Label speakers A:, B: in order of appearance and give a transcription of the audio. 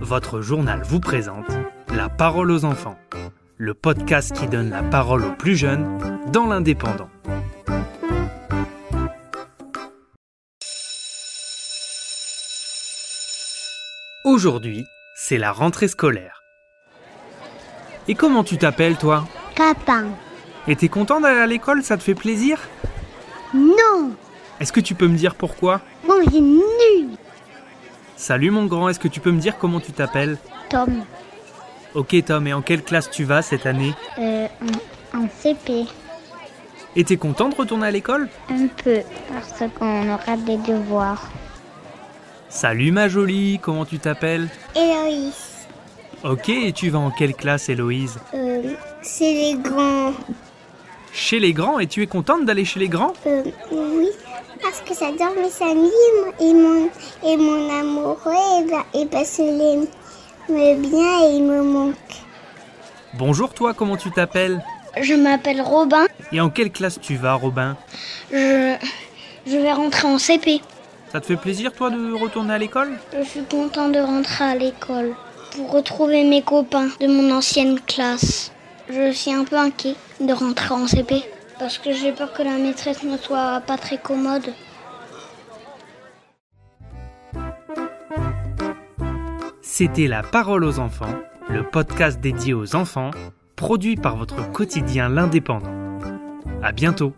A: Votre journal vous présente La parole aux enfants, le podcast qui donne la parole aux plus jeunes dans l'indépendant. Aujourd'hui, c'est la rentrée scolaire. Et comment tu t'appelles toi
B: Capin.
A: Et t'es content d'aller à l'école, ça te fait plaisir
B: Non,
A: Est-ce que tu peux me dire pourquoi
B: moi j'ai nul.
A: Salut mon grand, est-ce que tu peux me dire comment tu t'appelles
B: Tom,
A: Ok Tom, et en quelle classe tu vas cette année
B: euh, en, en CP,
A: Et t'es content de retourner à l'école
B: un peu, parce qu'on aura des devoirs.
A: Salut ma jolie, comment tu t'appelles
B: Héloïse,
A: Ok, et tu vas en quelle classe Héloïse
B: euh, c'est les grands.
A: Chez les grands, et tu es contente d'aller chez les grands
B: euh, oui, parce que j'adore mes amis et mon, et mon amoureux, et, parce que je l'aime bien et il me manque.
A: Bonjour toi, comment tu t'appelles
B: Je m'appelle Robin,
A: Et en quelle classe tu vas Robin
B: je, je vais rentrer en CP.
A: Ça te fait plaisir toi de retourner à l'école
B: Je suis content de rentrer à l'école pour retrouver mes copains de mon ancienne classe. Je suis un peu inquiet de rentrer en CP parce que j'ai peur que la maîtresse ne soit pas très commode.
A: C'était La parole aux enfants, le podcast dédié aux enfants, produit par votre quotidien l'indépendant. À bientôt